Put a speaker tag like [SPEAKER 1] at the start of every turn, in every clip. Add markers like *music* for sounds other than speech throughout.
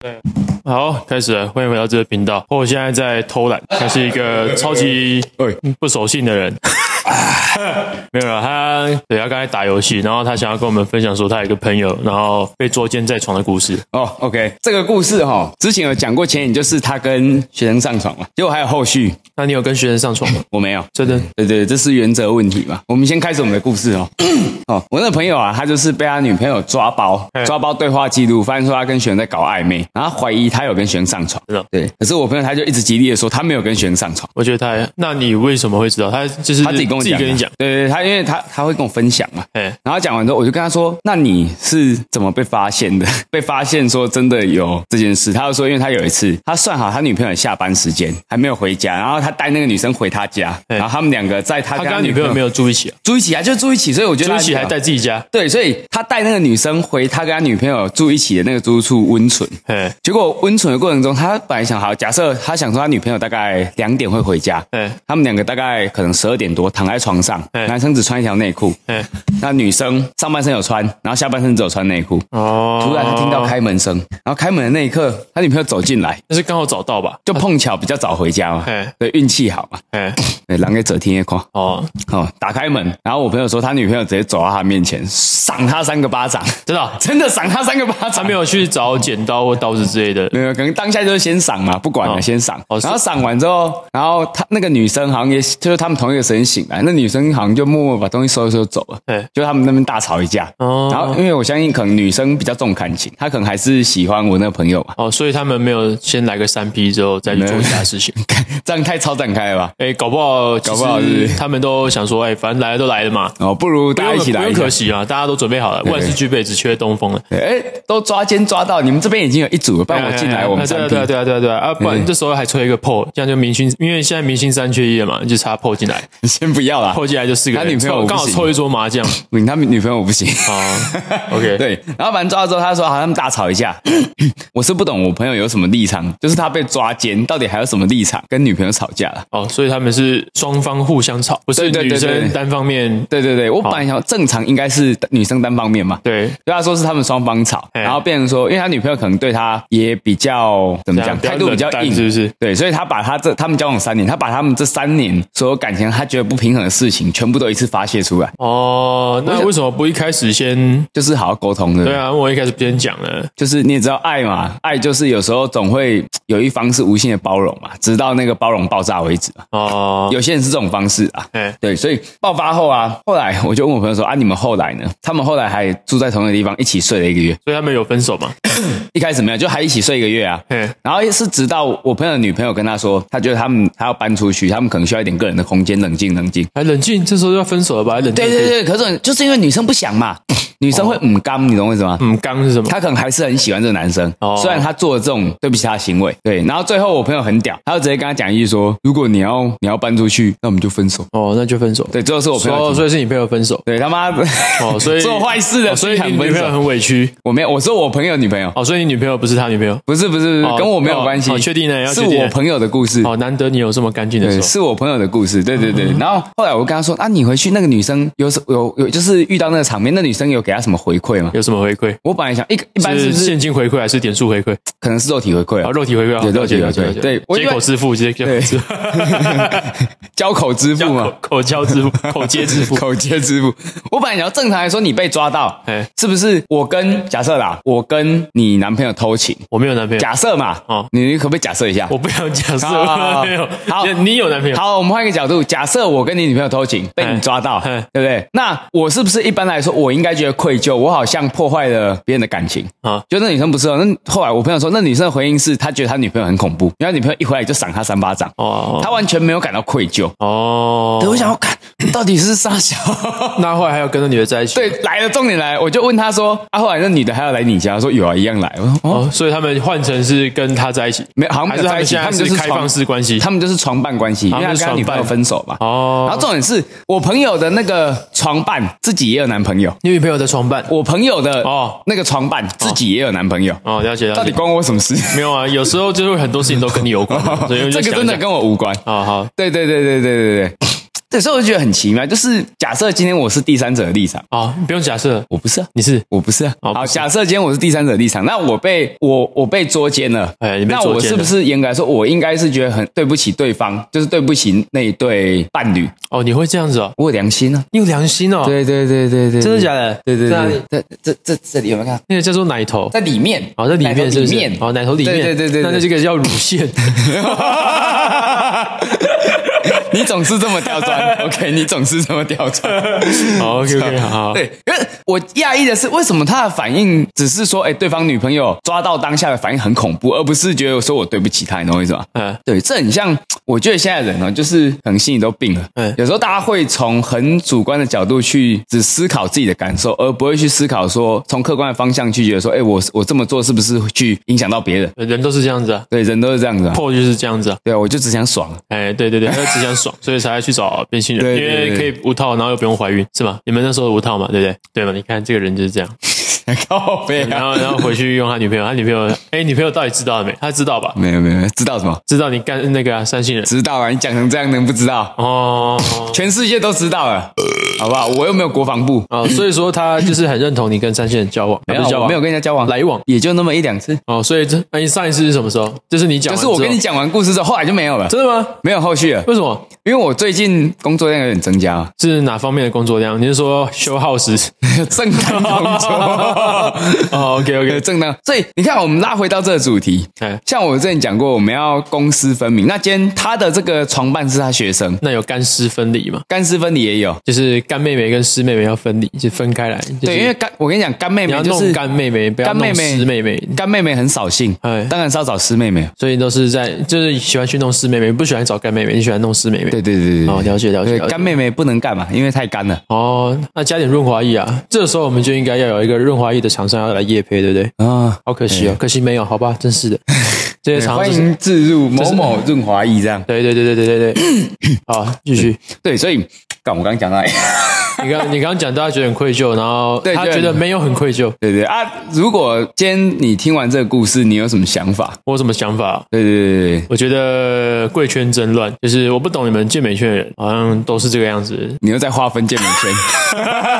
[SPEAKER 1] 对，好，开始了，欢迎回到这个频道。哦我现在在偷
[SPEAKER 2] *laughs*
[SPEAKER 1] 懒，他是一个超级不守信的人。 *laughs* 没有了，他对他刚才打游戏，然后他想要跟我们分享说他有一个朋友，然后被捉奸在床的故事。
[SPEAKER 2] 哦、o k 这个故事哈、之前有讲过前引，就是他跟学生上床嘛，结果还有后续，
[SPEAKER 1] 那你有跟学生上
[SPEAKER 2] *laughs*
[SPEAKER 1] 床吗？
[SPEAKER 2] 我没有。
[SPEAKER 1] 真的？
[SPEAKER 2] 对对，这是原则问题嘛。我们先开始我们的故事
[SPEAKER 1] *clears throat*
[SPEAKER 2] 哦。哦，我那个朋友啊，他就是被他女朋友抓包
[SPEAKER 1] 嗯，
[SPEAKER 2] 抓包对话记录，发现说他跟学生在搞暧昧，然后怀疑他有跟学生上床
[SPEAKER 1] 真的。
[SPEAKER 2] 对，可是我朋友他就一直极力的说他没有跟学生上床。
[SPEAKER 1] 我觉得他还，那你为什么会知道？他就是
[SPEAKER 2] 他自己啊跟我
[SPEAKER 1] 自
[SPEAKER 2] 讲
[SPEAKER 1] 己
[SPEAKER 2] 的，
[SPEAKER 1] 跟你讲，
[SPEAKER 2] 对对，对他因为他他会跟我分享嘛，
[SPEAKER 1] 哎，
[SPEAKER 2] 然后讲完之后，我就跟他说：“那你是怎么被发现的？ *laughs* 被发现说真的有这件事？”他就说：“因为他有一次，他算好他女朋友下班时间还没有回家，然后他带那个女生回他家，
[SPEAKER 1] 嗯
[SPEAKER 2] 然后他们两个在他
[SPEAKER 1] 他
[SPEAKER 2] 跟
[SPEAKER 1] 跟
[SPEAKER 2] 他
[SPEAKER 1] 他
[SPEAKER 2] 女
[SPEAKER 1] 女朋
[SPEAKER 2] 朋
[SPEAKER 1] 友
[SPEAKER 2] 友
[SPEAKER 1] 没有住一起啊？
[SPEAKER 2] 住一起啊，就住一起，所以我觉得
[SPEAKER 1] 住
[SPEAKER 2] 他
[SPEAKER 1] 一起还带自己家？
[SPEAKER 2] 对，所以他带那个女生回他跟他女朋友住一起的那个租屋处温存。”
[SPEAKER 1] 哎，
[SPEAKER 2] 结果温存的过程中，他本来想好，假设他想说他女朋友大概两点会回家，
[SPEAKER 1] 嗯
[SPEAKER 2] 他们两个大概可能十二点多躺在床上，
[SPEAKER 1] 嗯
[SPEAKER 2] 男生只穿一条内裤，
[SPEAKER 1] 哎，
[SPEAKER 2] 那女生上半身有穿，然后下半身只有穿内裤。
[SPEAKER 1] 哦，
[SPEAKER 2] 突然他听到，开门声，然后开门的那一刻，他女朋友走进来，
[SPEAKER 1] 那是刚好找到吧？
[SPEAKER 2] 就碰巧比较早回家嘛
[SPEAKER 1] 嘿，
[SPEAKER 2] 对，运气好嘛，
[SPEAKER 1] 哎，
[SPEAKER 2] 对，狼给走天夜狂。
[SPEAKER 1] 哦，
[SPEAKER 2] 哦，打开门，然后我朋友说他女朋友直接走到他面前，赏他三个巴掌，
[SPEAKER 1] 真的啊，
[SPEAKER 2] 真的赏他三个巴
[SPEAKER 1] 他
[SPEAKER 2] 掌，
[SPEAKER 1] 没有去找剪刀或刀子之类的。
[SPEAKER 2] 没有，可能当下就是先赏嘛，不管了，
[SPEAKER 1] 哦
[SPEAKER 2] 先赏
[SPEAKER 1] 哦。是
[SPEAKER 2] 然后赏完之后，然后他那个女生好像也就是他们同一个时间醒来，那女生好像就默默把东西收一收走了。
[SPEAKER 1] 哎，
[SPEAKER 2] 就他们那边大吵一架，
[SPEAKER 1] 哦
[SPEAKER 2] 然后因为我相信可能女生比较重感情，她可能还是喜欢我那个朋友吧，
[SPEAKER 1] 哦，所以他们没有先来个三 P 之后再去做其他事情。
[SPEAKER 2] 这样太超展开了吧？
[SPEAKER 1] *laughs* 哎，搞不好，
[SPEAKER 2] 搞不好是
[SPEAKER 1] 他们都想说，哎，反正来了都来了嘛，
[SPEAKER 2] 哦，不如
[SPEAKER 1] 不
[SPEAKER 2] 大家
[SPEAKER 1] 用
[SPEAKER 2] 一起
[SPEAKER 1] 不
[SPEAKER 2] 来
[SPEAKER 1] 用
[SPEAKER 2] 一
[SPEAKER 1] 可
[SPEAKER 2] 下。
[SPEAKER 1] 惜啊，大家都准备好了，万事俱备，只缺东风了。
[SPEAKER 2] 哎，都抓奸抓到，你们这边已经有一组了，不然我进来我们
[SPEAKER 1] 对
[SPEAKER 2] 三嗯
[SPEAKER 1] 啊
[SPEAKER 2] P
[SPEAKER 1] 对啊。对啊对啊对啊，啊，不然这时候还吹一个 PO，这样就明星，因为现在明星三缺一了嘛，就差 PO 进来
[SPEAKER 2] *laughs* 先不要啦，
[SPEAKER 1] ，PO 进来就四个人，
[SPEAKER 2] 他女朋友
[SPEAKER 1] 凑
[SPEAKER 2] 我不
[SPEAKER 1] 刚好
[SPEAKER 2] 行
[SPEAKER 1] 凑一桌麻将。
[SPEAKER 2] 嗯他女朋友我不行。
[SPEAKER 1] 啊，OK，
[SPEAKER 2] *laughs* 对，然后反正抓到之后，他说好，他们大吵一架。 *coughs* 我是不懂我朋友有什么立场，就是他被抓奸，到底还有什么立场跟女朋友吵架了？
[SPEAKER 1] 哦，所以他们是双方互相吵，不是
[SPEAKER 2] 对对
[SPEAKER 1] 女
[SPEAKER 2] 对对
[SPEAKER 1] 生单方面。
[SPEAKER 2] 对对对，我本来想正常应该是女生单方面嘛，
[SPEAKER 1] 对，
[SPEAKER 2] 对他说是他们双方吵，
[SPEAKER 1] 嘿
[SPEAKER 2] 然后变成说，因为他女朋友可能对他也比较怎么讲，
[SPEAKER 1] 这样
[SPEAKER 2] 态度比较
[SPEAKER 1] 冷淡
[SPEAKER 2] 硬，
[SPEAKER 1] 是不是？
[SPEAKER 2] 对，所以他把他这他们交往三年，他把他们这三年所有感情他觉得不平衡的事情，全部都一次发泄出来，
[SPEAKER 1] 哦，那为什么不一开始先？
[SPEAKER 2] 就是好好沟通的。
[SPEAKER 1] 对啊，我一开始不先讲呢？
[SPEAKER 2] 就是你也知道爱嘛，爱就是有时候总会有一方是无限的包容嘛，直到那个包容爆炸为止嘛。
[SPEAKER 1] 哦，
[SPEAKER 2] 有些人是这种方式啊。
[SPEAKER 1] 哎，
[SPEAKER 2] 对，所以爆发后啊，后来我就问我朋友说啊，你们后来呢？他们后来还住在同一个地方，一起睡了一个月。
[SPEAKER 1] 所以他们有分手嘛？
[SPEAKER 2] 一开始没有，就还一起睡一个月啊。
[SPEAKER 1] *laughs* 嘿，
[SPEAKER 2] 然后是直到我朋友的女朋友跟他说，他觉得他们他要搬出去，他们可能需要一点个人的空间，冷静冷静。
[SPEAKER 1] 还哎冷静，这时候就要分手了吧？还冷静？
[SPEAKER 2] 对对，对，可是就是因为女生不想嘛，女生会嗯刚，你懂我意思吗？
[SPEAKER 1] 嗯，刚是什么？
[SPEAKER 2] 她可能还是很喜欢这个男生
[SPEAKER 1] 哦，
[SPEAKER 2] 虽然她做了这种对不起她的行为，对。然后最后我朋友很屌，他就直接跟他讲一句说：“如果你要你要搬出去，那我们就分手。
[SPEAKER 1] 哦，那就分手”。
[SPEAKER 2] 对，最后是我朋友
[SPEAKER 1] 哦，
[SPEAKER 2] 提，
[SPEAKER 1] 所以是你朋友分手。
[SPEAKER 2] 对他妈的，
[SPEAKER 1] 哦，所以
[SPEAKER 2] *laughs* 做坏事的
[SPEAKER 1] 哦所以你
[SPEAKER 2] 心
[SPEAKER 1] 女
[SPEAKER 2] 坎
[SPEAKER 1] 朋
[SPEAKER 2] 分
[SPEAKER 1] 友
[SPEAKER 2] 手
[SPEAKER 1] 很委屈。
[SPEAKER 2] 我没有，我说我朋友女朋友，
[SPEAKER 1] 哦，所以你女朋友不是他女朋友。
[SPEAKER 2] 不是不是，不
[SPEAKER 1] 哦
[SPEAKER 2] 是跟我没有关系
[SPEAKER 1] 哦哦，确定呢要
[SPEAKER 2] 是
[SPEAKER 1] 确定呢
[SPEAKER 2] 我朋友的故事。
[SPEAKER 1] 哦，嗯难得你有这么干净的
[SPEAKER 2] 对，
[SPEAKER 1] 手。
[SPEAKER 2] 是我朋友的故事，对对对。然后后来我跟他说啊，你回去那个女生有什有有，就是遇到那个场面，那女生有给他什么回馈吗？
[SPEAKER 1] 有什么回馈？
[SPEAKER 2] 我本来想一个一般是
[SPEAKER 1] 是
[SPEAKER 2] 不是
[SPEAKER 1] 现金回馈还是点数回馈？
[SPEAKER 2] 可能是肉体回馈
[SPEAKER 1] 啊，
[SPEAKER 2] 啊？
[SPEAKER 1] 肉体回馈啊，
[SPEAKER 2] 对肉体
[SPEAKER 1] 了解
[SPEAKER 2] 回馈
[SPEAKER 1] 了解
[SPEAKER 2] 对
[SPEAKER 1] 了解
[SPEAKER 2] 我
[SPEAKER 1] 接
[SPEAKER 2] 因为
[SPEAKER 1] 口支付，直接接口支付，
[SPEAKER 2] *laughs*
[SPEAKER 1] *laughs*
[SPEAKER 2] 交口支付
[SPEAKER 1] 口
[SPEAKER 2] 嘛，
[SPEAKER 1] 口交支
[SPEAKER 2] *laughs*
[SPEAKER 1] 付，口接支付。
[SPEAKER 2] 口接支付。我本来想正常来说，你被抓到
[SPEAKER 1] 哎，
[SPEAKER 2] 是不是？我跟假设啦，我跟你男朋友偷情，
[SPEAKER 1] 我没有男朋友，
[SPEAKER 2] 假设嘛，
[SPEAKER 1] 哦
[SPEAKER 2] 哦，你可不可以假设一下
[SPEAKER 1] 我？不想假设
[SPEAKER 2] 好好好
[SPEAKER 1] 我没有。
[SPEAKER 2] 好
[SPEAKER 1] 你有男朋友？
[SPEAKER 2] 好，我们换一个角度，假设我跟你女朋友偷情被
[SPEAKER 1] 哎
[SPEAKER 2] 你抓到，
[SPEAKER 1] 哎
[SPEAKER 2] 对不对？那我是不是一般来说，我应该觉得愧疚？我好像破坏了别人的感情。
[SPEAKER 1] 啊，
[SPEAKER 2] 就那女生不是哦，那后来我朋友说，那女生的回应是，她觉得她女朋友很恐怖，然后女朋友一回来就赏她三巴掌，
[SPEAKER 1] 哦
[SPEAKER 2] 她完全没有感到愧疚。
[SPEAKER 1] 哦，
[SPEAKER 2] 对，我想要看到底是傻小。
[SPEAKER 1] 那后来还要跟那女的在一起？
[SPEAKER 2] *laughs* 对，来了，重点来了，我就问她说，啊，后来那女的还要来你家，她说有啊，一样来。我说哦，
[SPEAKER 1] 哦，所以他们换成是跟他在一起，
[SPEAKER 2] 没有好像没
[SPEAKER 1] 还
[SPEAKER 2] 有
[SPEAKER 1] 是他
[SPEAKER 2] 在
[SPEAKER 1] 们
[SPEAKER 2] 一起
[SPEAKER 1] 现在
[SPEAKER 2] 他们就是
[SPEAKER 1] 开放式关系？
[SPEAKER 2] 他们就是床伴关系，因为她
[SPEAKER 1] 他们
[SPEAKER 2] 跟
[SPEAKER 1] 是
[SPEAKER 2] 她女
[SPEAKER 1] 床
[SPEAKER 2] 朋
[SPEAKER 1] 伴
[SPEAKER 2] 友分手嘛。然
[SPEAKER 1] 哦
[SPEAKER 2] 后，重点是我朋友的那个床伴自己也有男朋友，
[SPEAKER 1] 你女朋友的床伴？
[SPEAKER 2] 我朋友的
[SPEAKER 1] 哦
[SPEAKER 2] 哦那个床伴自己也有男朋友，
[SPEAKER 1] 哦，了解了
[SPEAKER 2] 到底
[SPEAKER 1] 解。
[SPEAKER 2] 关我什么事？
[SPEAKER 1] 没有啊，有时
[SPEAKER 2] *laughs*
[SPEAKER 1] 候就是很多事情都跟你有关嘛，所以我就
[SPEAKER 2] 这个
[SPEAKER 1] 想一
[SPEAKER 2] 真的
[SPEAKER 1] 想
[SPEAKER 2] 跟我无关。
[SPEAKER 1] 哦好，
[SPEAKER 2] 对对对对对对对。对，所以我就觉得很奇妙，就是假设今天我是第三者的立场，
[SPEAKER 1] 好，哦不用假设，
[SPEAKER 2] 我不是啊。
[SPEAKER 1] 你是
[SPEAKER 2] 我不是啊，
[SPEAKER 1] 哦
[SPEAKER 2] 好，
[SPEAKER 1] 不是
[SPEAKER 2] 假设今天我是第三者的立场，那我被我我被捉奸了，
[SPEAKER 1] 哎你被
[SPEAKER 2] 那
[SPEAKER 1] 捉
[SPEAKER 2] 我
[SPEAKER 1] 奸
[SPEAKER 2] 是
[SPEAKER 1] 了
[SPEAKER 2] 不是严格来说，我应该是觉得很对不起对方，就是对不起那一对伴侣，
[SPEAKER 1] 哦，你会这样子哦，
[SPEAKER 2] 我有良心啊，
[SPEAKER 1] 你有良心哦，，
[SPEAKER 2] 对对对对对，
[SPEAKER 1] 真的假的？
[SPEAKER 2] 对？对
[SPEAKER 1] 在哪里
[SPEAKER 2] 对对，这这这这里有没有看到？
[SPEAKER 1] 那个叫做奶头。
[SPEAKER 2] 在里面，
[SPEAKER 1] 哦，在里
[SPEAKER 2] 奶
[SPEAKER 1] 面
[SPEAKER 2] 头
[SPEAKER 1] 是不是？
[SPEAKER 2] 里面
[SPEAKER 1] 哦，奶头里面，
[SPEAKER 2] 对对对对，
[SPEAKER 1] 那那这
[SPEAKER 2] 对
[SPEAKER 1] 个叫乳腺。
[SPEAKER 2] *laughs* *laughs* 你总是这么刁钻，OK？你总是这么刁 *laughs* 钻。
[SPEAKER 1] 好，OK OK，好好，
[SPEAKER 2] 对，因为我讶异的是，为什么他的反应只是说，哎、对方女朋友抓到当下的反应很恐怖，而不是觉得说我对不起他，你懂我意思吗？
[SPEAKER 1] *laughs* 嗯，
[SPEAKER 2] 对，这很像，我觉得现在人哦，就是可能心里都病了。
[SPEAKER 1] 嗯
[SPEAKER 2] 有时候大家会从很主观的角度去只思考自己的感受，而不会去思考说从客观的方向去觉得说，哎，我我这么做是不是去影响到别人？
[SPEAKER 1] 人都是这样子啊，
[SPEAKER 2] 对，人都是这样子啊。
[SPEAKER 1] 破就是这样子啊。
[SPEAKER 2] 对啊，我就只想爽。
[SPEAKER 1] *laughs* 哎，对对对，他只想爽，所以才会去找变性人，
[SPEAKER 2] 对
[SPEAKER 1] 因
[SPEAKER 2] 对
[SPEAKER 1] 为
[SPEAKER 2] 对
[SPEAKER 1] 可以无套，然后又不用怀孕，是吗？你们那时候无套嘛，对不对？对嘛？你看这个人就是这样，
[SPEAKER 2] 靠背
[SPEAKER 1] 然
[SPEAKER 2] 啊！
[SPEAKER 1] 后然后回去用他女朋友，他女朋友，哎，女朋友到底知道了没？他知道吧？
[SPEAKER 2] *laughs* 没有没有，没有知道什么？
[SPEAKER 1] 知道你干那个啊三性人
[SPEAKER 2] 知道啊！你讲成这样能不知道？
[SPEAKER 1] 哦
[SPEAKER 2] 全世界都知道了，好不好？我又没有国防部，
[SPEAKER 1] 哦，所以说他就是很认同你跟三性人交往，
[SPEAKER 2] 没
[SPEAKER 1] 啊不是交
[SPEAKER 2] 有
[SPEAKER 1] 往
[SPEAKER 2] 没有跟人家交往，
[SPEAKER 1] 来往
[SPEAKER 2] 也就那么一两次。
[SPEAKER 1] 哦，所以这哎上一次是什么时候？就是你讲
[SPEAKER 2] 可
[SPEAKER 1] 完之
[SPEAKER 2] 是
[SPEAKER 1] 后，
[SPEAKER 2] 我跟你讲完故事之后，后来就没有了，
[SPEAKER 1] 真的吗？
[SPEAKER 2] 没有后续了，
[SPEAKER 1] 为什么？
[SPEAKER 2] 因为我最近工作量有点增加 *laughs* 啊。
[SPEAKER 1] 是哪方面的工作量？你是说修耗时？
[SPEAKER 2] 正当工
[SPEAKER 1] *laughs* 哦
[SPEAKER 2] 作。
[SPEAKER 1] ，OK OK，
[SPEAKER 2] *laughs* 正当，所以你看，我们拉回到这个主题，
[SPEAKER 1] 哎，
[SPEAKER 2] 像我之前讲过，我们要公私分明。那今天他的这个床伴是他学生，
[SPEAKER 1] 那有干湿分离吗？
[SPEAKER 2] 干湿分离也有。
[SPEAKER 1] 就是干妹妹跟湿妹妹要分离，就分开来。就是
[SPEAKER 2] 对，因为干，我跟你讲，干妹
[SPEAKER 1] 你要
[SPEAKER 2] 妹就
[SPEAKER 1] 弄
[SPEAKER 2] 是
[SPEAKER 1] 干妹妹，不要
[SPEAKER 2] 干
[SPEAKER 1] 弄
[SPEAKER 2] 妹妹
[SPEAKER 1] 湿妹妹，
[SPEAKER 2] 干妹妹很扫兴
[SPEAKER 1] 哎，
[SPEAKER 2] 当然是要找师妹妹。
[SPEAKER 1] 所以都是在就是喜欢去弄湿妹妹，不喜欢找干妹妹，你喜欢弄湿妹妹。
[SPEAKER 2] 对对对对
[SPEAKER 1] 哦，
[SPEAKER 2] 对
[SPEAKER 1] 了解了解
[SPEAKER 2] 对，
[SPEAKER 1] 了解。
[SPEAKER 2] 干妹妹不能干嘛，因为太干了。
[SPEAKER 1] 哦，那加点润滑液啊！这个时候我们就应该要有一个润滑液的厂商要来夜配，对不对？
[SPEAKER 2] 啊，
[SPEAKER 1] 好可惜哦，可惜没有，好吧，真是的。这
[SPEAKER 2] *laughs*
[SPEAKER 1] 些厂商
[SPEAKER 2] 欢
[SPEAKER 1] 就是
[SPEAKER 2] 迎置入某某润滑液这样。
[SPEAKER 1] 对对对对对对对。好，继续。
[SPEAKER 2] 对，所以干我刚刚讲到哪里， *laughs*
[SPEAKER 1] 你刚你刚刚讲，大家觉得很愧疚，然后
[SPEAKER 2] 对
[SPEAKER 1] 他
[SPEAKER 2] 觉得
[SPEAKER 1] 觉得没有很愧疚，
[SPEAKER 2] 对对啊，如果今天你听完这个故事，你有什么想法？
[SPEAKER 1] 我有什么想法？
[SPEAKER 2] 对对对对对，。
[SPEAKER 1] 我觉得贵圈真乱，就是我不懂你们健美圈的人好像都是这个样子
[SPEAKER 2] 你又在划分健美
[SPEAKER 1] *laughs*
[SPEAKER 2] 圈。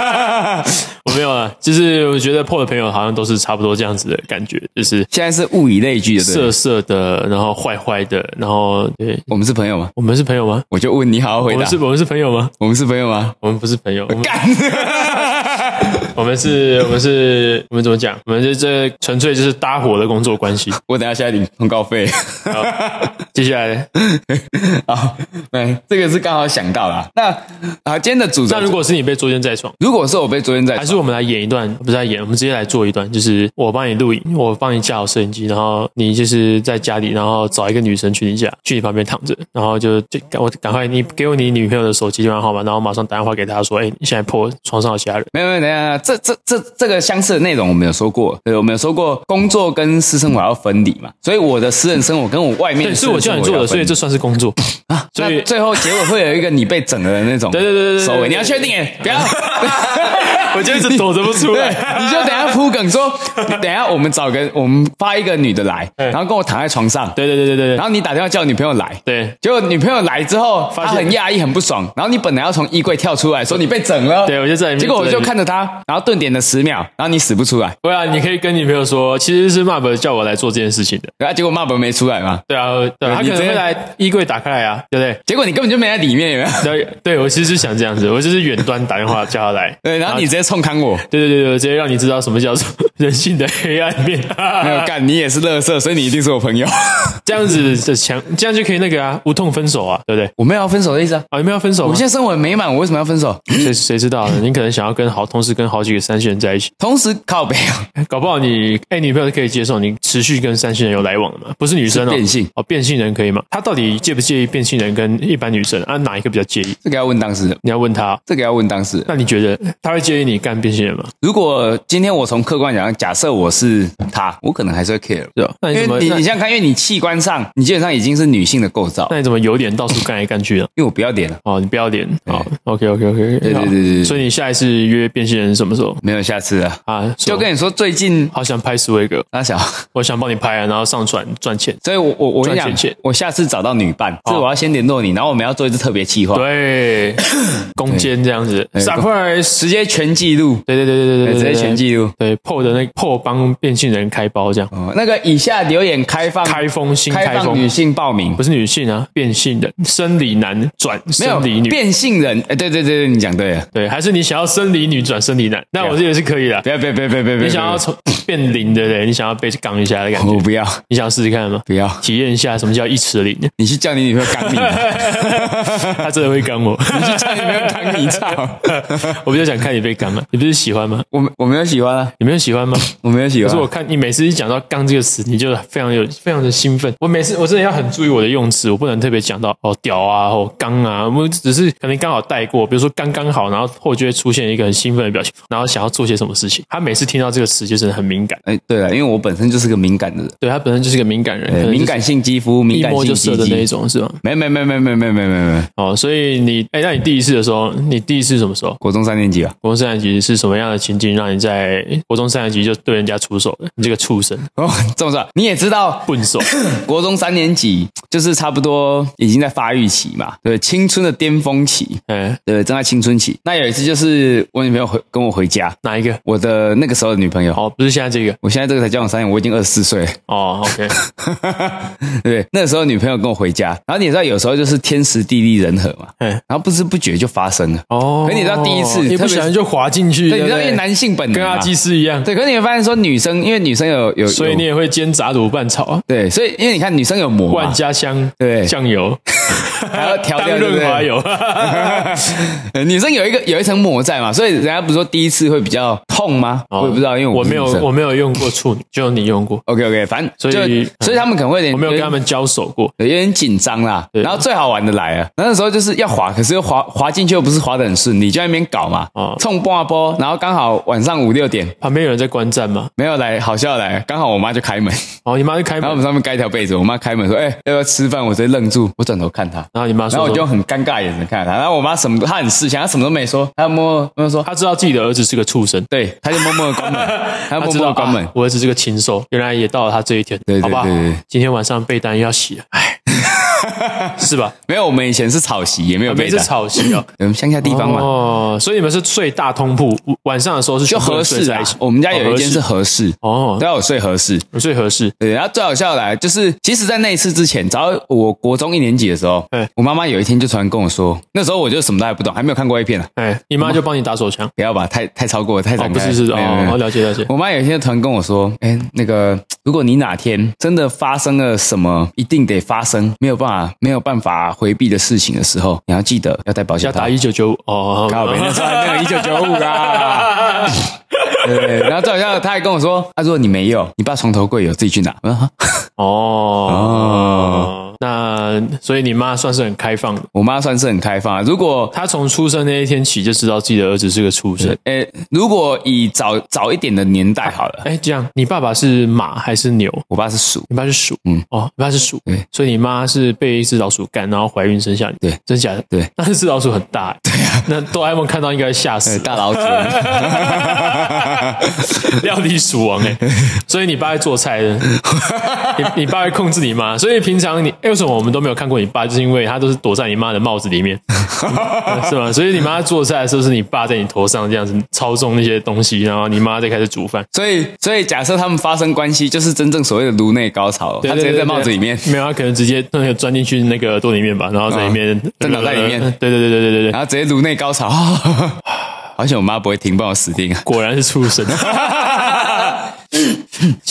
[SPEAKER 1] 我没有啊，就是我觉得破的朋友好像都是差不多这样子的感觉，就是
[SPEAKER 2] 现在是物以类聚的，对
[SPEAKER 1] 色
[SPEAKER 2] 不对。
[SPEAKER 1] 色的，然后坏坏的，然后对，
[SPEAKER 2] 我们是朋友吗？
[SPEAKER 1] 我们是朋友吗？
[SPEAKER 2] 我就问你，好好回
[SPEAKER 1] 我们
[SPEAKER 2] 答
[SPEAKER 1] 是。我们是朋友吗？
[SPEAKER 2] 我们是朋友吗？
[SPEAKER 1] 我们不是朋友，我们
[SPEAKER 2] 干， *laughs*
[SPEAKER 1] 我们是我们是我们怎么讲？我们是这纯粹就是搭伙的工作关 *laughs* 系。
[SPEAKER 2] 我等一下下来领通告费。
[SPEAKER 1] 好
[SPEAKER 2] *laughs*
[SPEAKER 1] 接下来，
[SPEAKER 2] 好，哎，这个是刚好想到啦。那啊，今天的主
[SPEAKER 1] 那如
[SPEAKER 2] 轴，
[SPEAKER 1] 果是你被捉奸在床，
[SPEAKER 2] 如果是我被昨天在
[SPEAKER 1] 还，是我们来演一段，不是来演，我们直接来做一段，就是我帮你录影，我帮你架好摄影机，然后你就是在家里，然后找一个女生去你家，去你旁边躺着，然后就就赶我赶快你给我你女朋友的手机电话号码，然后马上打电话给她说，哎、你现在破床上有其他人，
[SPEAKER 2] 没有没有，等一下，这这这这个相似的内容我们有说过，对，我们有说过工作跟私生活要分离嘛，所以我的私人生活跟我外面
[SPEAKER 1] 对，
[SPEAKER 2] 的
[SPEAKER 1] 是
[SPEAKER 2] 私
[SPEAKER 1] 我
[SPEAKER 2] 人
[SPEAKER 1] 叫
[SPEAKER 2] 生
[SPEAKER 1] 你
[SPEAKER 2] 活
[SPEAKER 1] 做
[SPEAKER 2] 要
[SPEAKER 1] 的，
[SPEAKER 2] 分
[SPEAKER 1] 所
[SPEAKER 2] 离
[SPEAKER 1] 以这算是工作啊，所以
[SPEAKER 2] 那最后结尾会有一个你被整了的那种，
[SPEAKER 1] 对对对对对
[SPEAKER 2] 收尾，你要确定耶，不要。
[SPEAKER 1] *laughs* 我就一直躲着不出
[SPEAKER 2] *laughs* 对，
[SPEAKER 1] 来。
[SPEAKER 2] 你就等一下铺梗说，等一下我们找个我们发一个女的来，
[SPEAKER 1] 嗯
[SPEAKER 2] 然后跟我躺在床上，
[SPEAKER 1] 对对对对对
[SPEAKER 2] 然
[SPEAKER 1] 对
[SPEAKER 2] 后你打电话叫女朋友来，
[SPEAKER 1] 对。
[SPEAKER 2] 结果女朋友来之后，
[SPEAKER 1] 发
[SPEAKER 2] 她
[SPEAKER 1] 现
[SPEAKER 2] 很讶异很不爽，然后你本来要从衣柜跳出来说你被整了，
[SPEAKER 1] 对我就在里面
[SPEAKER 2] 结果我
[SPEAKER 1] 坐在
[SPEAKER 2] 就
[SPEAKER 1] 里面
[SPEAKER 2] 看着她，然后顿点了十秒，然后你死不出来，
[SPEAKER 1] 不然你可以跟你朋友说，其实是 Map 叫我来做这件事情的。
[SPEAKER 2] 然后啊结果骂本没出来嘛，
[SPEAKER 1] 对啊，对啊，他可
[SPEAKER 2] 你
[SPEAKER 1] 能
[SPEAKER 2] 这
[SPEAKER 1] 会来衣柜打开来啊，对不对？
[SPEAKER 2] 结果你根本就没在里面，有啊没
[SPEAKER 1] *laughs*
[SPEAKER 2] 有？
[SPEAKER 1] 对，对我其实是想这样子，我就是远端打电话叫他来。
[SPEAKER 2] 对，然后你直接冲康我，
[SPEAKER 1] 对对对对，我直接让你知道什么叫做 *laughs* 人性的黑暗面。
[SPEAKER 2] 没有干，你也是乐色，所以你一定是我朋友，
[SPEAKER 1] 这样子的强，这样就可以那个啊，无痛分手啊，对不对？
[SPEAKER 2] 我没有要分手的意思啊。
[SPEAKER 1] 啊，你们要分手
[SPEAKER 2] 我
[SPEAKER 1] 吗？
[SPEAKER 2] 现在生活很美满，我为什么要分手？
[SPEAKER 1] 谁谁知道呢？你可能想要跟好同事跟好几个三线人在一起，
[SPEAKER 2] 同时靠北啊，
[SPEAKER 1] 搞不好你哎女朋友可以接受你持续跟三线人有来往的嘛？不是女生哦，
[SPEAKER 2] 是变性
[SPEAKER 1] 哦，变性人可以吗？他到底介不介意变性人跟一般女生啊？哪一个比较介意？
[SPEAKER 2] 这个要问当事人，
[SPEAKER 1] 你要问他。
[SPEAKER 2] 这个要问当事人。
[SPEAKER 1] 那你觉得他会介意你干变性人吗？
[SPEAKER 2] 如果今天我从客观讲，假设我是他，我可能还是会 care，
[SPEAKER 1] 对啊，那你
[SPEAKER 2] 因
[SPEAKER 1] 怎么
[SPEAKER 2] 为你你
[SPEAKER 1] 那
[SPEAKER 2] 想想看，因为你器官上，你基本上已经是女性的构造，
[SPEAKER 1] 那你怎么有脸到处干来干去的？
[SPEAKER 2] 因为我不要脸了，
[SPEAKER 1] 哦，你不要脸，好
[SPEAKER 2] 对
[SPEAKER 1] ，OK OK OK，
[SPEAKER 2] 哎对对对对对
[SPEAKER 1] 所以你下一次约变性人是什么时候
[SPEAKER 2] 没有下次了。
[SPEAKER 1] 啊？
[SPEAKER 2] 就
[SPEAKER 1] 说
[SPEAKER 2] 跟你说，最近
[SPEAKER 1] 好想拍斯威格，
[SPEAKER 2] 阿小，
[SPEAKER 1] 我想帮你拍啊，然后上传赚钱。
[SPEAKER 2] 所以我我我跟
[SPEAKER 1] 赚
[SPEAKER 2] 你讲
[SPEAKER 1] 钱钱，
[SPEAKER 2] 我下次找到女伴，这我要先联络你，然后我们要做一次特别计划，
[SPEAKER 1] 对，
[SPEAKER 2] *coughs*
[SPEAKER 1] 攻坚这样子
[SPEAKER 2] 对
[SPEAKER 1] ，surprise，
[SPEAKER 2] 直接全记录，
[SPEAKER 1] 对对对对对对
[SPEAKER 2] 直
[SPEAKER 1] 对，
[SPEAKER 2] 接全记录。
[SPEAKER 1] 对破的那破帮变性人开包这样，
[SPEAKER 2] 哦，那个以下留言开放
[SPEAKER 1] 开封新
[SPEAKER 2] 开
[SPEAKER 1] 开
[SPEAKER 2] 放女
[SPEAKER 1] 封，
[SPEAKER 2] 性报名
[SPEAKER 1] 不，是女性啊，变性人，生理男转
[SPEAKER 2] 没有
[SPEAKER 1] 生理女，
[SPEAKER 2] 变性人，哎，对对对对，你讲对了，
[SPEAKER 1] 对，还是你想要生理女转生理男？那我
[SPEAKER 2] 啊
[SPEAKER 1] 这也是可以的
[SPEAKER 2] 不。要不要不要不要不要，不
[SPEAKER 1] 你想要从变零的人，你想要被杠一下的感觉，
[SPEAKER 2] 我不要
[SPEAKER 1] 你想要试试看吗？
[SPEAKER 2] 不要，
[SPEAKER 1] 体验一下什么叫一尺零，
[SPEAKER 2] 你去叫你女朋友干你啊，
[SPEAKER 1] *laughs* 他真的会干我。
[SPEAKER 2] 你去叫你女朋友干你操，
[SPEAKER 1] *laughs* 我比较想看你被干嘛，你不是喜欢吗？
[SPEAKER 2] 我没我没有喜欢啊，
[SPEAKER 1] 你没有喜欢吗？
[SPEAKER 2] *laughs* 我没有喜
[SPEAKER 1] 可
[SPEAKER 2] 欢
[SPEAKER 1] 是我
[SPEAKER 2] 啊，
[SPEAKER 1] 看你每次一讲到“杠”这个词，你就非常有非常的兴奋。我每次我真的要很注意我的用词，我不能特别讲到哦屌啊、哦刚啊，我们只是可能刚好带过，比如说刚刚好，然后后就会出现一个很兴奋的表情，然后想要做些什么事情。他每次听到这个词就是很敏感，
[SPEAKER 2] 哎，对了，因为我本身就是个敏感的人，
[SPEAKER 1] 对他本身就是个敏感人，可
[SPEAKER 2] 哎
[SPEAKER 1] 能就是
[SPEAKER 2] 敏感性肌肤，敏
[SPEAKER 1] 一
[SPEAKER 2] 感
[SPEAKER 1] 摸
[SPEAKER 2] 性
[SPEAKER 1] 就射
[SPEAKER 2] 肌
[SPEAKER 1] 的那一
[SPEAKER 2] 肌，
[SPEAKER 1] 种是吗？
[SPEAKER 2] 没没没没没没没没没，
[SPEAKER 1] 哦，所以你哎，那你第一次的时候，你第一次什么时候？
[SPEAKER 2] 国中三年级吧，
[SPEAKER 1] 国中三年级是什么样的情境让你在国中三年级就对人家出手了？你这个畜生、
[SPEAKER 2] 哦，这么说你也知道，
[SPEAKER 1] 笨手， *laughs*
[SPEAKER 2] 国中三年级就是差不多已经在发育期嘛，对，青春的巅峰期，
[SPEAKER 1] 哎，
[SPEAKER 2] 对，正在青春期。那有一次就是我女朋友回跟我回家，
[SPEAKER 1] 哪一个？
[SPEAKER 2] 我的那个时候的女朋友，
[SPEAKER 1] 哦，不是现在这个
[SPEAKER 2] 我现在这个才交往三年，我已经二十四岁了，
[SPEAKER 1] 哦，OK。
[SPEAKER 2] 对，那个时候女朋友跟我回家，然后你也知道有时候就是天时地利人和嘛，
[SPEAKER 1] 嗯
[SPEAKER 2] 然后不知不觉就发生了。
[SPEAKER 1] 哦，
[SPEAKER 2] 可你知道第一次
[SPEAKER 1] 一不
[SPEAKER 2] 特别是
[SPEAKER 1] 小心就滑进去，
[SPEAKER 2] 对，你
[SPEAKER 1] 不
[SPEAKER 2] 知道因为男性本能
[SPEAKER 1] 跟
[SPEAKER 2] 嘛
[SPEAKER 1] 阿基斯一样，
[SPEAKER 2] 对，可是你会发现说女生，因为女生有有，
[SPEAKER 1] 所以你
[SPEAKER 2] 有
[SPEAKER 1] 也会煎炸卤拌炒，
[SPEAKER 2] 对，所以因为你看女生有膜
[SPEAKER 1] 万
[SPEAKER 2] 嘛，
[SPEAKER 1] 家香，
[SPEAKER 2] 对
[SPEAKER 1] 酱油，
[SPEAKER 2] 还要调
[SPEAKER 1] 当
[SPEAKER 2] 料对不
[SPEAKER 1] 润
[SPEAKER 2] 对
[SPEAKER 1] 滑油，
[SPEAKER 2] *laughs* 呃女生有一个有一层膜在嘛，所以人家不是说第一次会比较痛吗？ *laughs* 我也不知道，因为
[SPEAKER 1] 我
[SPEAKER 2] 我
[SPEAKER 1] 没有哦我没有用过处女，只有你用过，
[SPEAKER 2] OK OK，反正
[SPEAKER 1] 所以
[SPEAKER 2] 就所以他们可能会有点
[SPEAKER 1] 我没有跟他
[SPEAKER 2] 有点
[SPEAKER 1] 们交手过，
[SPEAKER 2] 有点紧张啦。然后最好玩的来了，那时候就是要滑，可是又滑滑进去又不是滑得很顺利，就在那边搞嘛
[SPEAKER 1] 哦，
[SPEAKER 2] 冲半波，然后刚好晚上五六点
[SPEAKER 1] 旁边有人在观战吗？
[SPEAKER 2] 没有来，好笑来，刚好我妈就
[SPEAKER 1] *laughs*
[SPEAKER 2] 开门，
[SPEAKER 1] 哦，你妈就开
[SPEAKER 2] 然后我
[SPEAKER 1] 门，
[SPEAKER 2] 们上面盖一条被子，我妈开门说：“哎、要不要吃饭？”我直接愣住，我转头看她。
[SPEAKER 1] 然后你妈
[SPEAKER 2] 然后
[SPEAKER 1] 说
[SPEAKER 2] 我就
[SPEAKER 1] 说，
[SPEAKER 2] 很尴尬的眼神看着她，然后我妈什么，她很识相，她什么都没说，她摸摸
[SPEAKER 1] *laughs*
[SPEAKER 2] 摸说，
[SPEAKER 1] 她知道自己的儿子是个畜生。
[SPEAKER 2] 对，她就默默的关门，
[SPEAKER 1] *laughs*
[SPEAKER 2] 她
[SPEAKER 1] 她
[SPEAKER 2] 默
[SPEAKER 1] 知
[SPEAKER 2] 默
[SPEAKER 1] 道
[SPEAKER 2] 的关门
[SPEAKER 1] 啊，我儿子是个禽兽，原来也到了他这一天，
[SPEAKER 2] 对对
[SPEAKER 1] 好不好
[SPEAKER 2] 对对对？
[SPEAKER 1] 今天晚上被单要洗了，哎，是
[SPEAKER 2] *laughs*
[SPEAKER 1] 吧？
[SPEAKER 2] 没有，我们以前是草席，也没有
[SPEAKER 1] 每
[SPEAKER 2] 被
[SPEAKER 1] 次
[SPEAKER 2] 单，
[SPEAKER 1] 吵席啊，
[SPEAKER 2] 我们乡 *laughs* 下地方嘛，
[SPEAKER 1] 哦，所以你们是睡大通铺，晚上的时候是
[SPEAKER 2] 就
[SPEAKER 1] 全部
[SPEAKER 2] 合
[SPEAKER 1] 人睡
[SPEAKER 2] 适
[SPEAKER 1] 在
[SPEAKER 2] 啊
[SPEAKER 1] 一起。。
[SPEAKER 2] 我们家有一间是
[SPEAKER 1] 哦
[SPEAKER 2] 合适，
[SPEAKER 1] 合
[SPEAKER 2] 都
[SPEAKER 1] 适
[SPEAKER 2] 要有睡合适。
[SPEAKER 1] 哦，最合适
[SPEAKER 2] 对，然后最好笑的来，就是其实，在那一次之前，只要我国中一年级的时候
[SPEAKER 1] 对，
[SPEAKER 2] 我妈妈有一天就突然跟我说，那时候我就什么都还不懂，还没有看过 A 片呢、啊，
[SPEAKER 1] 哎，你妈就帮你打手枪
[SPEAKER 2] 不要吧，太太超过了，太
[SPEAKER 1] 哦，
[SPEAKER 2] 展
[SPEAKER 1] 不
[SPEAKER 2] 开了。
[SPEAKER 1] 是是
[SPEAKER 2] *laughs* 没有没有
[SPEAKER 1] 哦，
[SPEAKER 2] 没
[SPEAKER 1] 哦
[SPEAKER 2] 有
[SPEAKER 1] 了解了解，
[SPEAKER 2] 我妈有一天突然跟我说：“哎、那个，如果你哪天真的发生了什么一定得发生，没有办法没有办法回避的事情的时候，你要记得要带保险
[SPEAKER 1] 要
[SPEAKER 2] 套
[SPEAKER 1] 打。一九九五哦，
[SPEAKER 2] 靠北那时候还没有1995啦。对，然后最好笑的，他还跟我说：‘啊，如果你没有，你爸床头柜有，自己去拿。’我说哈
[SPEAKER 1] *laughs*
[SPEAKER 2] *laughs*
[SPEAKER 1] 哦，那所以你妈算是很开放的，
[SPEAKER 2] 我妈算是很开放啊。如果
[SPEAKER 1] 她从出生那一天起就知道自己的儿子是个畜生。
[SPEAKER 2] 诶、呃如果以早早一点的年代好了，
[SPEAKER 1] 哎，这样，你爸爸是马还是牛？
[SPEAKER 2] 我爸是鼠，
[SPEAKER 1] 你爸是鼠，
[SPEAKER 2] 嗯，
[SPEAKER 1] 哦，你爸是鼠
[SPEAKER 2] 对，
[SPEAKER 1] 所以你妈是被一只老鼠干，然后怀孕生下你，
[SPEAKER 2] 对
[SPEAKER 1] 真假的？
[SPEAKER 2] 对，
[SPEAKER 1] 那只老鼠很大，对啊，那哆啦 A 梦看到应该吓
[SPEAKER 2] 呃
[SPEAKER 1] 死，
[SPEAKER 2] 大老鼠。
[SPEAKER 1] *laughs* 料理鼠王哎、所以你爸会做菜
[SPEAKER 2] *laughs*
[SPEAKER 1] 的，你你爸会控制你妈，所以平常你、哎为什么我们都没有看过你爸，就是因为他都是躲在你妈的帽子里
[SPEAKER 2] *laughs*
[SPEAKER 1] 面，是吗？所以你妈做菜的时候是你爸在你头上这样子操纵那些东西，然后你妈再开始煮饭，
[SPEAKER 2] 所以，所以假设他们发生关系，就是真正所谓的颅内高潮，
[SPEAKER 1] 对
[SPEAKER 2] 他直接在帽子里面，，
[SPEAKER 1] 对对对没有，他可能直接那个钻进去那个耳朵里面吧，然后在里面、
[SPEAKER 2] 啊
[SPEAKER 1] 呃
[SPEAKER 2] 在脑袋里面
[SPEAKER 1] 对对对对对对对，
[SPEAKER 2] 然后直接颅内高潮。 *laughs* 而且我妈不会停，不然我死定了。
[SPEAKER 1] 果然是畜生。
[SPEAKER 2] *laughs*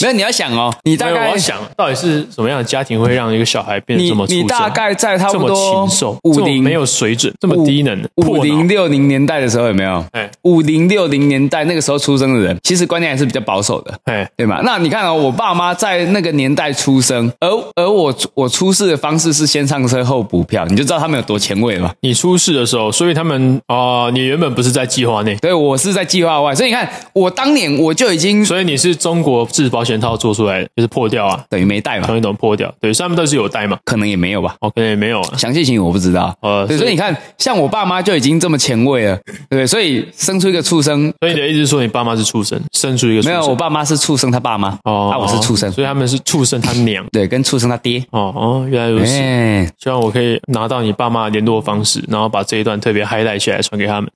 [SPEAKER 2] 没有，你要想哦，你大
[SPEAKER 1] 没有，我
[SPEAKER 2] 概
[SPEAKER 1] 要想到底是什么样的家庭会让一个小孩变得
[SPEAKER 2] 你
[SPEAKER 1] 这么
[SPEAKER 2] 你
[SPEAKER 1] 出色
[SPEAKER 2] 大概在差
[SPEAKER 1] 这
[SPEAKER 2] 不
[SPEAKER 1] 么
[SPEAKER 2] 多
[SPEAKER 1] 禽兽，
[SPEAKER 2] 五
[SPEAKER 1] 这么
[SPEAKER 2] 零
[SPEAKER 1] 没有水准，这么低能，
[SPEAKER 2] 五
[SPEAKER 1] 破脑
[SPEAKER 2] 零六零年代的时候有没有？
[SPEAKER 1] 哎
[SPEAKER 2] 五零六零年代那个时候出生的人，其实观念还是比较保守的。
[SPEAKER 1] 哎，
[SPEAKER 2] 对嘛？那你看哦，我爸妈在那个年代出生，而而我我出世的方式是先上车后补票，你就知道他们有多前卫了嘛。
[SPEAKER 1] 你出事的时候，所以他们哦，你原本不是在计划内，
[SPEAKER 2] 对，我是在计划外，所以你看，我当年我就已经
[SPEAKER 1] 所以你是中国制保险套做出来的，就是破掉啊，
[SPEAKER 2] 等于没带嘛
[SPEAKER 1] 同，一种破掉，对，所以他们都是有带嘛，
[SPEAKER 2] 可能也没有吧。
[SPEAKER 1] 哦，可能也没有啊，
[SPEAKER 2] 详细情形我不知道，
[SPEAKER 1] 呃
[SPEAKER 2] 对
[SPEAKER 1] 所
[SPEAKER 2] 所
[SPEAKER 1] 以
[SPEAKER 2] 以你看，像我爸妈就已经这么前卫了，对，所以生出一个畜生，
[SPEAKER 1] 所以你的意思是说你爸妈是畜生，生出一个畜
[SPEAKER 2] 没
[SPEAKER 1] 生
[SPEAKER 2] 有，我爸妈是畜生他爸妈，
[SPEAKER 1] 哦，
[SPEAKER 2] 啊，我是畜生，
[SPEAKER 1] 所以他们是畜生他娘，
[SPEAKER 2] 对，跟畜生他爹，
[SPEAKER 1] 哦哦，原来如此。
[SPEAKER 2] 哎、
[SPEAKER 1] 希望我可以拿到你爸妈的联络方式，然后把这一段特别 highlight 起来传给他
[SPEAKER 2] *laughs*
[SPEAKER 1] 们。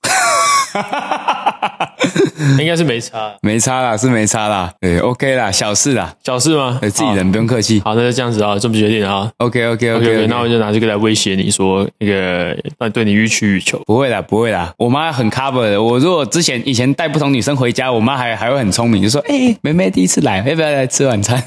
[SPEAKER 1] 应该是没差，
[SPEAKER 2] 没差啦，是没差啦，对，OK 啦，小事啦，
[SPEAKER 1] 小事吗？
[SPEAKER 2] 对哎自己人不用客气
[SPEAKER 1] 好。好，那就这样子啊，这么决定啊。
[SPEAKER 2] ，OK OK OK，,
[SPEAKER 1] OK OK，那我就拿这个来威胁你说，那个那对你予取予求。
[SPEAKER 2] 不会啦，不会啦，我妈很 cover 的。我如果之前以前带不同女生回家，我妈还还会很聪明，就说：“哎、妹妹第一次来，要不要来吃晚餐？”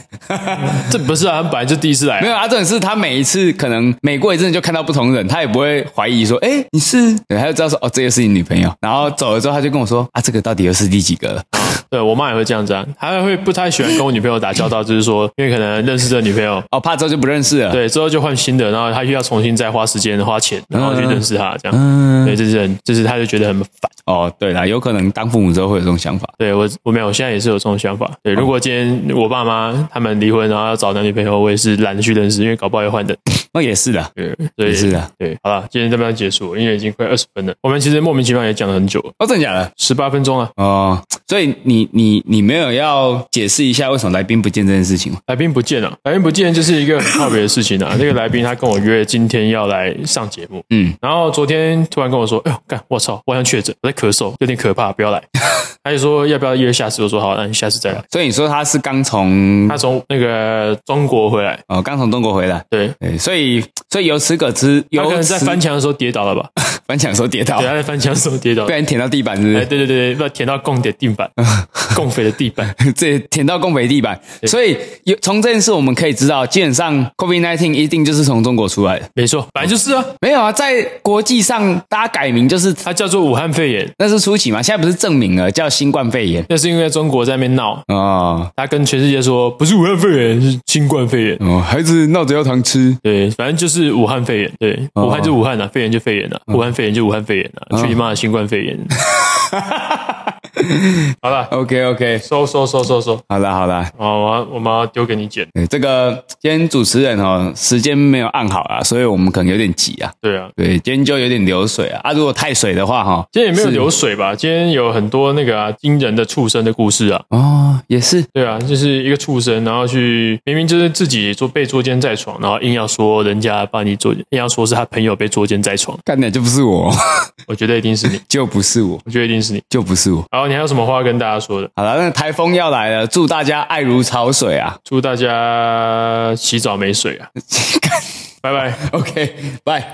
[SPEAKER 1] 这不是啊，他们本来就第一次来
[SPEAKER 2] 没
[SPEAKER 1] 啊，
[SPEAKER 2] 有啊，重点是她每一次可能每过一阵就看到不同人，她也不会怀疑说：“哎、你是？”对，她就知道说：“哦，这个是你女朋友。”然后走了之后，她就跟我说：“啊，这个到底又是第
[SPEAKER 1] *laughs*
[SPEAKER 2] 几个了
[SPEAKER 1] 对我妈也会这样子啊，她会不太喜欢跟我女朋友打交道，就是说，因为可能认识这个女朋友，？”
[SPEAKER 2] 哦，怕之后就不认识了。，
[SPEAKER 1] 对，之后就换新的，然后她又要重新再花时间、花钱，然后去认识她，这样，
[SPEAKER 2] 嗯，
[SPEAKER 1] 对，这是很，就是她就觉得很烦。
[SPEAKER 2] 哦，对啦，有可能当父母之后会有这种想法。
[SPEAKER 1] 对我，我没有，我现在也是有这种想法。对，
[SPEAKER 2] 嗯
[SPEAKER 1] 如果今天我爸妈他们离婚，然后要找男女朋友，我也是懒得去认识，因为搞不好要换的。
[SPEAKER 2] 那、也是的。
[SPEAKER 1] 对，所以
[SPEAKER 2] 也是啊
[SPEAKER 1] 对，好了，今天这边要结束，因为已经快二十分了。我们其实莫名其妙也讲了很久了，
[SPEAKER 2] 哦，真的假的？
[SPEAKER 1] 十八分钟啊。
[SPEAKER 2] 哦，所以你你你没有要解释一下为什么来宾不见这件事情吗？
[SPEAKER 1] 来宾不见了，来宾不见就是一个很特别的事情啊。那个来宾他跟我约今天要来上节目，
[SPEAKER 2] 嗯，
[SPEAKER 1] 然后昨天突然跟我说：“哎呦，干，我操，我好像确诊，我在咳嗽，有点可怕，不要来。”他就说要不要约下次？我说好，那你下次再来。
[SPEAKER 2] 所以你说他是刚从
[SPEAKER 1] 他从那个中国回来，
[SPEAKER 2] 哦，刚从中国回来，
[SPEAKER 1] 对，
[SPEAKER 2] 对，所以所以由此可知，
[SPEAKER 1] 他可
[SPEAKER 2] 由
[SPEAKER 1] 能
[SPEAKER 2] 此
[SPEAKER 1] 在翻墙的时候跌倒了吧？
[SPEAKER 2] 翻墙的时候跌倒
[SPEAKER 1] 对，，他在啊翻墙的时候跌倒
[SPEAKER 2] 不 *laughs*
[SPEAKER 1] 了。
[SPEAKER 2] 然舔到地板是不
[SPEAKER 1] 哎，
[SPEAKER 2] 是？
[SPEAKER 1] 对对对，要舔到共的地板，共匪的地板。
[SPEAKER 2] *laughs* 这舔到共匪地板，所以有从这件事我们可以知道，基本上 COVID 1 9一定就是从中国出来的。
[SPEAKER 1] 没错，本来就是啊，
[SPEAKER 2] 没有啊，在国际上大家改名就是
[SPEAKER 1] 它叫做武汉肺炎，
[SPEAKER 2] 那是初期嘛，现在不是证明了叫新冠肺炎
[SPEAKER 1] 那是因为中国在那边闹，
[SPEAKER 2] 哦
[SPEAKER 1] 他跟全世界说不是武汉肺炎，是新冠肺炎。
[SPEAKER 2] 哦，孩子闹着要糖吃，
[SPEAKER 1] 对，反正就是武汉肺炎。对，武汉就武汉啊，肺炎就肺炎啊，武汉肺炎就武汉肺炎啊，去你妈的新冠肺炎！好了，
[SPEAKER 2] OK OK，
[SPEAKER 1] 收收收收收，
[SPEAKER 2] 好啦好啦，
[SPEAKER 1] 好，我要我们要丢给你剪。
[SPEAKER 2] 对，这个今天主持人哦，时间没有按好啊，所以我们可能有点急啊。
[SPEAKER 1] 对啊，
[SPEAKER 2] 对，今天就有点流水啊。啊，如果太水的话哈、
[SPEAKER 1] 今天也没有流水吧？今天有很多那个啊惊人的畜生的故事啊。
[SPEAKER 2] 哦，哦，也是，
[SPEAKER 1] 对啊，就是一个畜生，然后去明明就是自己做被捉奸在床，然后硬要说人家帮你做，硬要说是他朋友被捉奸在床，
[SPEAKER 2] 干的就不是我， *laughs*
[SPEAKER 1] 我觉得一定是你，
[SPEAKER 2] 就不是我，
[SPEAKER 1] 我觉得一定是你。
[SPEAKER 2] 就不是我。
[SPEAKER 1] 然后你还有什么话要跟大家说的？
[SPEAKER 2] 好了，那台风要来了，祝大家爱如潮水啊。
[SPEAKER 1] 祝大家洗澡没水啊！拜拜。
[SPEAKER 2] OK，拜。